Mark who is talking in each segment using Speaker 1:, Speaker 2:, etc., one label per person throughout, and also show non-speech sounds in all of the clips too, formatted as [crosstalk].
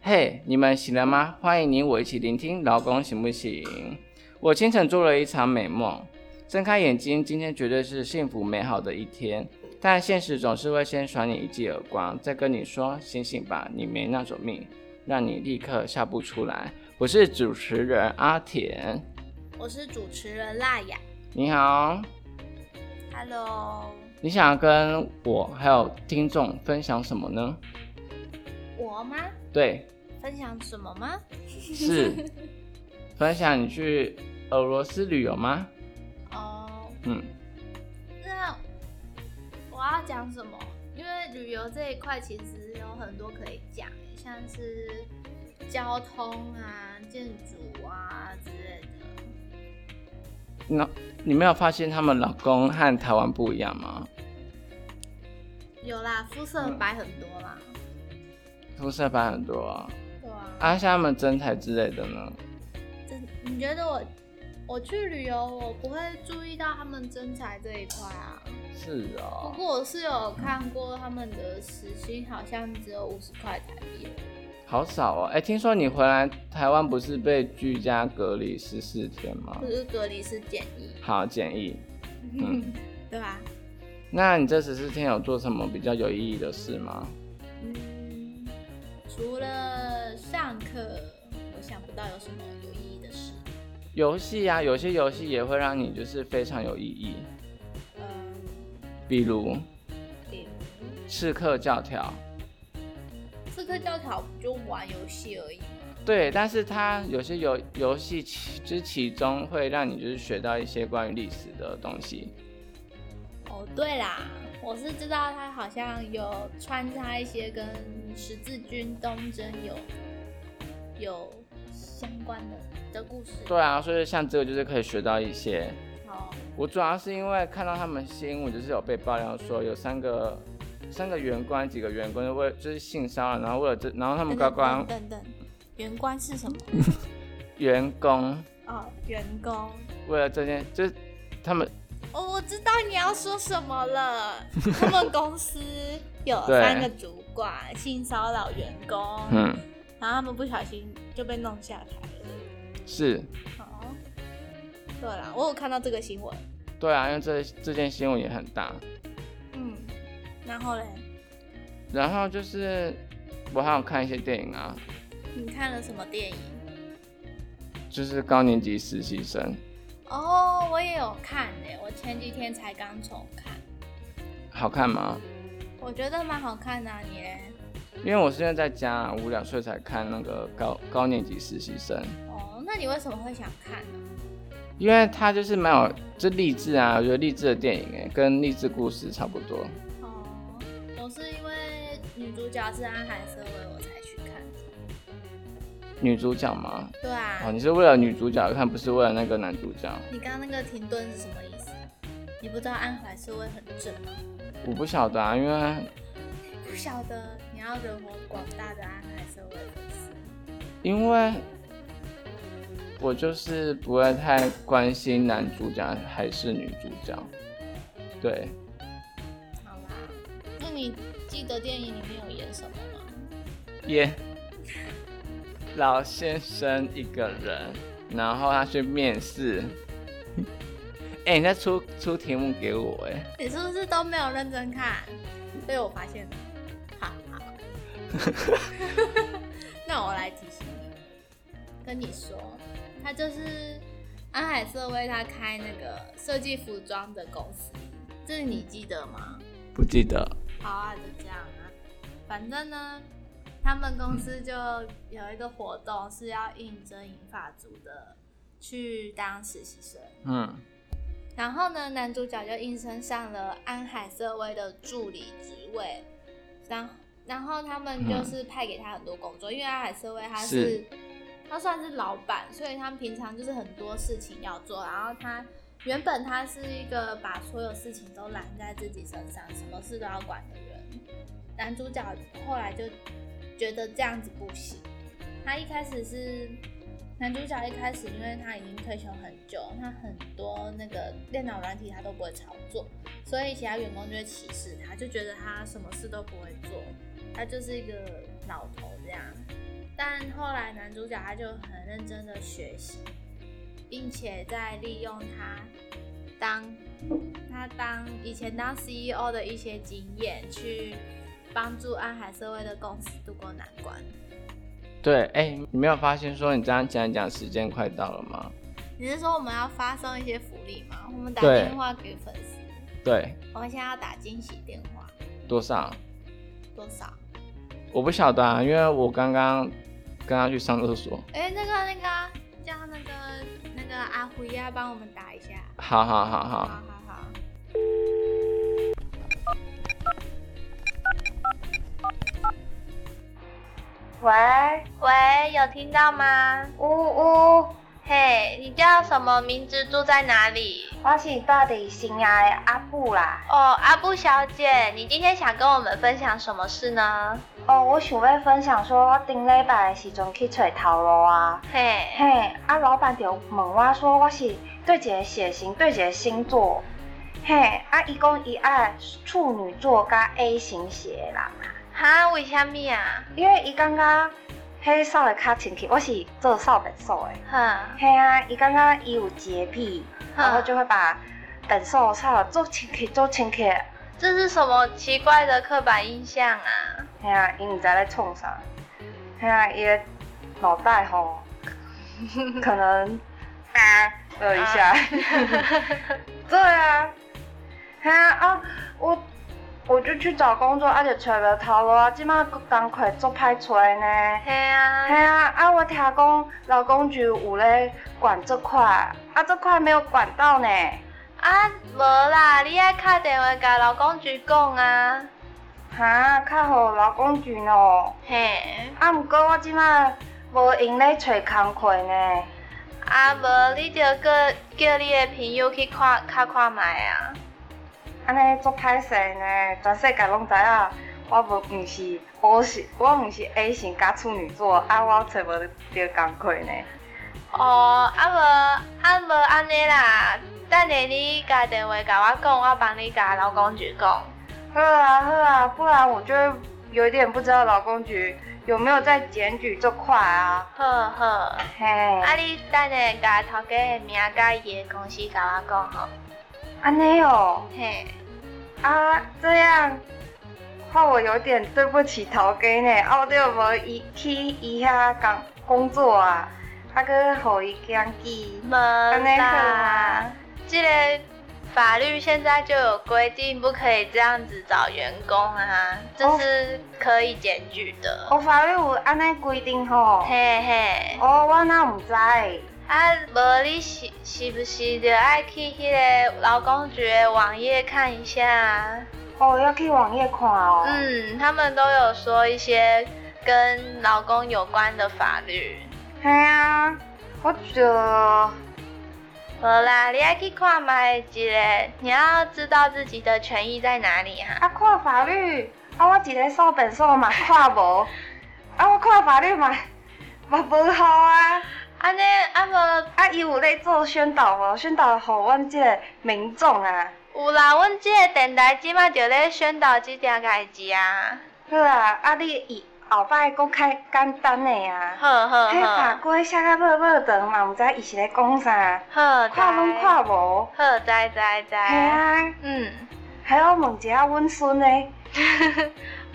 Speaker 1: 嘿，你们醒了吗？欢迎您我一起聆听，老公行不行？我清晨做了一场美梦，睁开眼睛，今天绝对是幸福美好的一天。但现实总是会先甩你一记耳光，再跟你说醒醒吧，你没那种命，让你立刻笑不出来。我是主持人阿田，
Speaker 2: 我是主持人辣雅
Speaker 1: 你好，
Speaker 2: ，Hello，
Speaker 1: 你想要跟我还有听众分享什么呢？
Speaker 2: 我吗？
Speaker 1: 对，
Speaker 2: 分享什么吗？
Speaker 1: 是分享你去俄罗斯旅游吗？
Speaker 2: 哦、
Speaker 1: 嗯，
Speaker 2: 那我要讲什么？因为旅游这一块其实有很多可以讲，像是交通啊、建筑啊之类的。
Speaker 1: 那你没有发现他们老公和台湾不一样吗？
Speaker 2: 有啦，肤色白很多啦。
Speaker 1: 肤色白很多啊，
Speaker 2: 对啊。
Speaker 1: 啊，像他们身材之类的呢？
Speaker 2: 真你觉得我我去旅游，我不会注意到他们身材这一块啊？
Speaker 1: 是
Speaker 2: 不
Speaker 1: 哦，
Speaker 2: 过我是有看过他们的时薪好像只有五十块台币，
Speaker 1: 好少哦。哎、听说你回来台湾不是被居家隔离十四天吗
Speaker 2: 可？是隔离是建议，
Speaker 1: 好，建议。嗯
Speaker 2: [laughs] 对吧？
Speaker 1: 那你这十四天有做什么比较有意义的事吗？
Speaker 2: 嗯，除了上课，我想不到有什么有意义的事。
Speaker 1: 游戏啊，有些游戏也会让你就是非常有意义，
Speaker 2: 嗯，
Speaker 1: 比如《
Speaker 2: 比如
Speaker 1: 刺客教条》。
Speaker 2: 刺客教条不就玩游戏而已吗？
Speaker 1: 对，但是它有些游游戏其之其中会让你就是学到一些关于历史的东西。
Speaker 2: 哦，对啦，我是知道他好像有穿插一些跟十字军东征有有相关的的故事。
Speaker 1: 对啊，所以像这个就是可以学到一些。
Speaker 2: 好，
Speaker 1: 我主要是因为看到他们新闻，就是有被爆料说有三个三个员官，几个员官就为就是性骚扰，然后为了这，然后他们高官
Speaker 2: 嗯等等，员官是什么？
Speaker 1: 员工
Speaker 2: 哦，员工。
Speaker 1: 为了这件，就是他们
Speaker 2: 哦，我知道你要说什么了。他们公司有
Speaker 1: [laughs] 对
Speaker 2: 三个主管性骚扰员工，
Speaker 1: 嗯
Speaker 2: 然后他们不小心就被弄下台了。
Speaker 1: 是
Speaker 2: 哦，对啦，我有看到这个新闻。
Speaker 1: 对啊，因为这这件新闻也很大。
Speaker 2: 嗯，然后嘞，
Speaker 1: 然后就是我还有看一些电影啊，
Speaker 2: 你看了什么电影？
Speaker 1: 就是高年级实习生。
Speaker 2: 哦，我也有看诶、我前几天才刚重看，
Speaker 1: 好看吗？
Speaker 2: 我觉得蛮好看的、啊。你嘞？
Speaker 1: 因为我是因为在家无聊，所以才看那个高高年级实习生，
Speaker 2: 哦，那你为什么会想看呢？
Speaker 1: 因为他就是蛮有就励志啊，我觉得励志的电影哎，跟励志故事差不多。
Speaker 2: 哦，我是因为女主角是安海瑟薇，我才去看。
Speaker 1: 女主角吗？
Speaker 2: 对啊，
Speaker 1: 哦，你是为了女主角看，不是为了那个男主角？
Speaker 2: 你刚刚那个停顿是什么意思？你不知道安海瑟薇很正吗？
Speaker 1: 我不晓得啊，因为
Speaker 2: 不晓得你要惹火广大的安海瑟薇粉丝。
Speaker 1: 因为我就是不会太关心男主角还是女主角。对，
Speaker 2: 好啦，那你记得电影里面有演什么吗？
Speaker 1: 耶、老先生一个人，然后他去面试。 [laughs] 哎、你在出出题目给我哎、
Speaker 2: 你是不是都没有认真看？被我发现了，好好。 [laughs] 那我来提醒你，跟你说，他就是安海瑟薇，他开那个设计服装的公司，这你记得吗？
Speaker 1: 不记得。
Speaker 2: 好啊，就这样啊。反正呢，他们公司就有一个活动是要应征银发族的去当实习生。
Speaker 1: 嗯，
Speaker 2: 然后呢，男主角就应声上了安海瑟薇的助理职位，然然后他们就是派给他很多工作，因为安海瑟薇他是
Speaker 1: 是
Speaker 2: 他算是老板，所以他平常就是很多事情要做。然后他原本他是一个把所有事情都揽在自己身上，什么事都要管的人。男主角后来就觉得这样子不行，他一开始是男主角一开始，因为他已经退休很久，他很多那个电脑软体他都不会操作，所以其他员工就会歧视他，就觉得他什么事都不会做，他就是一个老头这样。但后来男主角他就很认真的学习，并且在利用他当他当以前当 CEO 的一些经验，去帮助安海社会的公司渡过难关。
Speaker 1: 对，哎、你没有发现说你这样讲一讲，时间快到了吗？
Speaker 2: 你是说我们要发送一些福利吗？我们打
Speaker 1: 对
Speaker 2: 电话给粉丝，
Speaker 1: 对，
Speaker 2: 我们现在要打惊喜电话，
Speaker 1: 多少？
Speaker 2: 多少？
Speaker 1: 我不晓得啊，因为我刚刚刚刚去上厕所。
Speaker 2: 哎、那个那个啊叫那个那个阿辉要帮我们打一下。
Speaker 1: 好好好好，
Speaker 2: 好好好。
Speaker 3: 喂，
Speaker 2: 喂，有听到吗？
Speaker 3: 呜呜，
Speaker 2: 嘿、你叫什么名字？住在哪里？
Speaker 3: 我是到底新来的阿布啦。
Speaker 2: 哦，阿布小姐，你今天想跟我们分享什么事呢？
Speaker 3: 哦，我想要分享说，我顶礼拜的时阵去找头路啊。
Speaker 2: 嘿、
Speaker 3: 嘿，啊，老板就问我说，我是对一个血型，对一个星座。嘿，啊，伊讲伊爱处女座甲 A 型血的人，
Speaker 2: 哈，为虾米啊？
Speaker 3: 因为伊感觉迄扫的较清气，我是做扫白扫的。
Speaker 2: 哼，
Speaker 3: 嘿啊，伊感觉伊有洁癖，然后就会把本兽扫做清气，做清气。
Speaker 2: 这是什么奇怪的刻板印象啊？
Speaker 3: 嘿啊，伊毋知咧创啥，嘿啊，伊的脑袋吼，可能啊了一下， [laughs] 对啊，嘿啊啊，我我就去找工作，啊就找袂头路啊，即摆工课足歹找呢。
Speaker 2: 嘿啊
Speaker 3: 嘿，啊啊！我听讲劳工局有咧管这块，啊这块没有管到呢。
Speaker 2: 啊，无啦，你爱打电话甲老公局讲啊。
Speaker 3: 哈，较互劳工局喏。
Speaker 2: 嘿，
Speaker 3: 啊，毋过我即摆无闲咧找工课呢。
Speaker 2: 啊无你就叫叫你的朋友去看看看卖啊。
Speaker 3: 安尼足歹势呢，全世界拢知影，我无毋是，我是我毋是 A 型加处女座，啊我找无着工课呢。
Speaker 2: 哦，啊无啊无安尼啦，等下你打电话甲我讲，我帮你甲老公局讲。
Speaker 3: 好啊好啊，不然我就会有点不知道劳工局有没有在检举这块啊。
Speaker 2: 好好，
Speaker 3: 嘿，
Speaker 2: 啊你等下甲头家的名甲伊的公司甲我讲吼。
Speaker 3: 安尼哦，
Speaker 2: 嘿，
Speaker 3: 啊这样。话我有点对不起头家呢，啊，我就无伊去伊遐工工作啊，啊，搁互伊惊记，
Speaker 2: 无
Speaker 3: 安尼好
Speaker 2: 啦
Speaker 3: 啊。。
Speaker 2: 这个法律现在就有规定，不可以这样子找员工啊，这是可以检举的。
Speaker 3: 我法律有安尼规定吼。
Speaker 2: 嘿嘿，
Speaker 3: 哦，我哪毋知？
Speaker 2: 啊，无你是是不是就爱去迄个劳工局的网页看一下啊？
Speaker 3: 哦，要去网页看哦。。
Speaker 2: 嗯，他们都有说一些跟劳工有关的法律。
Speaker 3: 嘿啊，我啊就
Speaker 2: 好啦，你爱去看买一个，你要知道自己的权益在哪里哈、
Speaker 3: 啊看法律，啊我一个数本数嘛看
Speaker 2: [laughs]
Speaker 3: 无，啊我看法律嘛 [laughs] 嘛无好啊。
Speaker 2: 安尼啊无
Speaker 3: 啊，伊有咧做宣导无？宣导互阮即个民众啊。
Speaker 2: 有啦，阮即个电台即马就咧宣导即件代志啊。
Speaker 3: 好啊，啊你以后摆讲较简单诶
Speaker 2: [laughs]
Speaker 3: 啊。
Speaker 2: 好好
Speaker 3: 迄法
Speaker 2: 好，
Speaker 3: 规写甲要要长嘛，毋知伊是咧讲啥，
Speaker 2: 好知
Speaker 3: 看拢看无。
Speaker 2: 好知知知。
Speaker 3: 嘿啊。
Speaker 2: 嗯，
Speaker 3: 还要问一下阮孙呢？
Speaker 2: [laughs]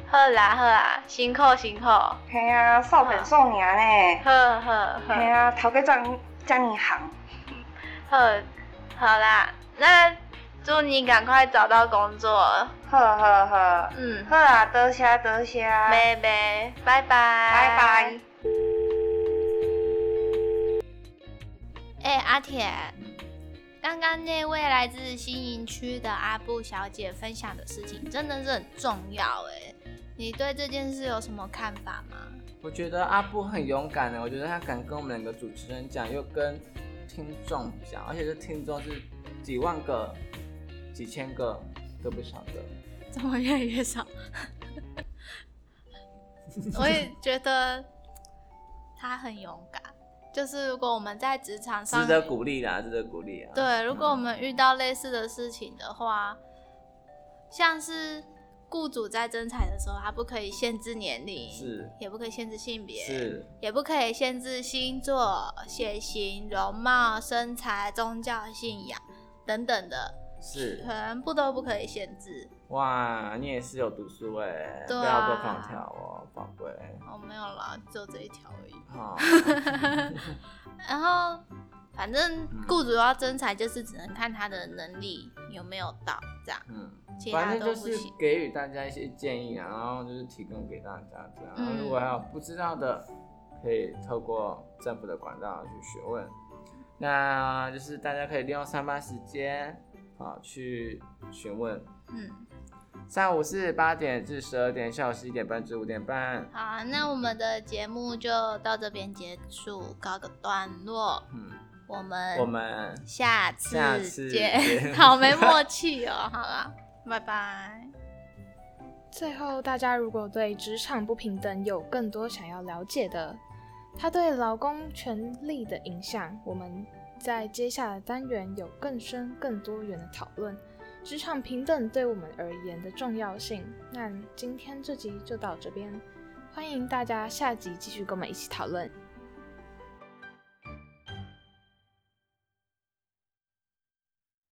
Speaker 2: 好啦好啦，辛苦辛苦，好
Speaker 3: 嘿啊，少本少年 [laughs] 呢。
Speaker 2: 好好
Speaker 3: 嘿啊，头家怎遮尼行？
Speaker 2: 好，好啦，那祝你赶快找到工作。
Speaker 3: 好好好，
Speaker 2: 嗯，
Speaker 3: 好啊，多谢多谢，拜
Speaker 2: 拜拜，拜拜，拜
Speaker 3: 拜。。
Speaker 2: 哎、阿铁，刚刚那位来自新营区的阿布小姐分享的事情真的是很重要哎，你对这件事有什么看法吗？
Speaker 1: 我觉得阿布很勇敢欸的，我觉得他敢跟我们两个主持人讲，又跟听众讲，而且这听众是几万个、几千个都不晓得。
Speaker 2: 怎么越来越少？ [laughs] 我也觉得他很勇敢，就是如果我们在职场上
Speaker 1: 值得鼓励啦，值得鼓励啊！
Speaker 2: 对，如果我们遇到类似的事情的话，像是雇主在征才的时候，他不可以限制年龄，
Speaker 1: 是
Speaker 2: 也不可以限制性别，
Speaker 1: 是
Speaker 2: 也不可以限制星座、血型、容貌、身材、宗教信仰等等的，
Speaker 1: 是，
Speaker 2: 全部都不可以限制。
Speaker 1: 哇，你也是有读书哎、不
Speaker 2: 对
Speaker 1: 要多
Speaker 2: 啊
Speaker 1: 放跳哦，宝贝。
Speaker 2: 哦，没有啦，只有这一条而已。 [laughs]
Speaker 1: 好， [laughs]
Speaker 2: 然后，反正
Speaker 1: 嗯
Speaker 2: 雇主要征才，就是只能看他的能力有没有到这样，
Speaker 1: 嗯，
Speaker 2: 其他
Speaker 1: 反
Speaker 2: 都
Speaker 1: 正就
Speaker 2: 不
Speaker 1: 是
Speaker 2: 行。
Speaker 1: 给予大家一些建议啊，然后就是提供给大家这样。然后
Speaker 2: 嗯
Speaker 1: 如果还有不知道的，可以透过政府的管道去询问。那就是大家可以利用上班时间啊去询问。
Speaker 2: 嗯，
Speaker 1: 上午是八点至十二点，下午十一点半至五点半。
Speaker 2: 好啊，那我们的节目就到这边结束，告个段落。
Speaker 1: 嗯，
Speaker 2: 我们
Speaker 1: 我们
Speaker 2: 下次
Speaker 1: 下次 [laughs]
Speaker 2: 见，
Speaker 1: 见
Speaker 2: 好没默契哦。好了，拜拜。
Speaker 4: 最后，大家如果对职场不平等有更多想要了解的，它对劳工权利的影响，我们在接下来单元有更深、更多元的讨论。职场平等对我们而言的重要性。那今天这集就到这边，欢迎大家下集继续跟我们一起讨论。